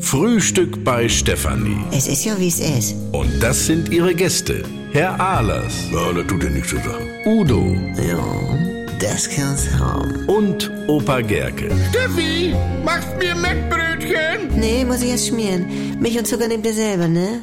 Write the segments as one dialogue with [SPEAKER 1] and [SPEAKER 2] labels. [SPEAKER 1] Frühstück bei Stefanie.
[SPEAKER 2] Es ist ja, wie es ist.
[SPEAKER 1] Und das sind ihre Gäste. Herr Ahlers,
[SPEAKER 3] Ja, das tut dir nichts zu sagen.
[SPEAKER 1] Udo
[SPEAKER 2] Ja, das kann's haben.
[SPEAKER 1] und Opa Gerke.
[SPEAKER 4] Steffi, machst mir Mettbrötchen?
[SPEAKER 2] Nee, muss ich erst schmieren. Milch und Zucker nehmt ihr selber, ne?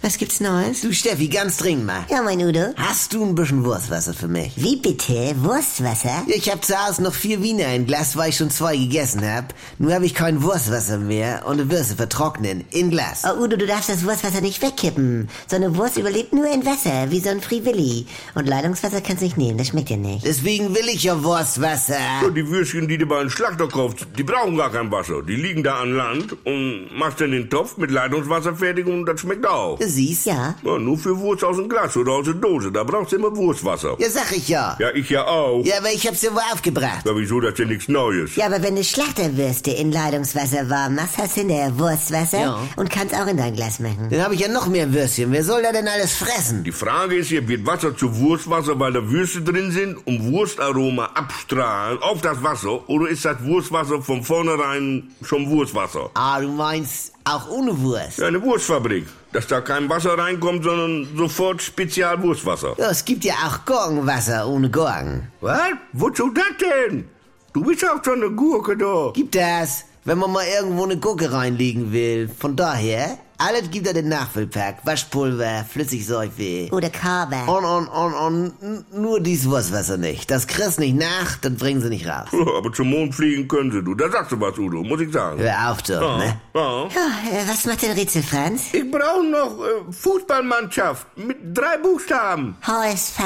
[SPEAKER 2] Was gibt's Neues?
[SPEAKER 5] Du Steffi, ganz dringend mal.
[SPEAKER 2] Ja, mein Udo.
[SPEAKER 5] Hast du ein bisschen Wurstwasser für mich?
[SPEAKER 2] Wie bitte? Wurstwasser?
[SPEAKER 5] Ich hab zu Hause noch vier Wiener im Glas, weil ich schon zwei gegessen hab. Nun hab ich kein Wurstwasser mehr und die Würste vertrocknen. In Glas.
[SPEAKER 2] Oh, Udo, du darfst das Wurstwasser nicht wegkippen. So eine Wurst überlebt nur in Wasser, wie so ein Frivilli. Und Leitungswasser kannst du nicht nehmen, das schmeckt dir nicht.
[SPEAKER 5] Deswegen will ich ja Wurstwasser.
[SPEAKER 3] Und die Würstchen, die du bei einem Schlachter kaufst, die brauchen gar kein Wasser. Die liegen da an Land und machst dann den Topf mit Leitungswasser fertig und das schmeckt auch.
[SPEAKER 5] Siehst?
[SPEAKER 2] Ja,
[SPEAKER 3] Ja, nur für Wurst aus dem Glas oder aus der Dose, da brauchst du immer Wurstwasser.
[SPEAKER 5] Ja, sag ich ja.
[SPEAKER 3] Ja, ich ja auch.
[SPEAKER 5] Ja, aber ich hab's ja wohl aufgebracht.
[SPEAKER 3] Ja, wieso, das ist ja nichts Neues.
[SPEAKER 2] Ja, aber wenn du Schlachterwürste in Leitungswasser warm machst, hast du in der Wurstwasser
[SPEAKER 5] Ja.
[SPEAKER 2] und kannst auch in dein Glas machen.
[SPEAKER 5] Dann hab ich ja noch mehr Würstchen. Wer soll da denn alles fressen?
[SPEAKER 3] Die Frage ist hier, wird Wasser zu Wurstwasser, weil da Würste drin sind und Wurstaroma abstrahlen auf das Wasser oder ist das Wurstwasser von vornherein schon Wurstwasser?
[SPEAKER 5] Ah, du meinst auch ohne Wurst?
[SPEAKER 3] Ja, eine Wurstfabrik, dass da kein Wasser reinkommt, sondern sofort Spezialwurstwasser.
[SPEAKER 5] Ja, es gibt ja auch Gurkenwasser ohne Gurken.
[SPEAKER 3] Was? Wozu das denn? Du bist auch so eine Gurke da.
[SPEAKER 5] Gibt das, wenn man mal irgendwo eine Gurke reinlegen will. Von daher, alles gibt er den Nachfüllpack. Waschpulver, Flüssigsäufe.
[SPEAKER 2] Oder Körbe.
[SPEAKER 5] Und, und, und, und, n- nur dies Wurstwasser nicht. Das kriegst nicht nach, dann bringen sie nicht raus.
[SPEAKER 3] Ja, Aber zum Mond fliegen können sie, du. Da sagst du was, Udo, muss ich sagen.
[SPEAKER 5] Hör auf doch,
[SPEAKER 3] Oh.
[SPEAKER 5] ne?
[SPEAKER 3] Ja.
[SPEAKER 2] Ja, äh, was macht denn Rätsel Franz?
[SPEAKER 3] Ich brauche noch äh, Fußballmannschaft mit drei Buchstaben.
[SPEAKER 2] HSV.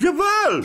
[SPEAKER 3] Jawohl!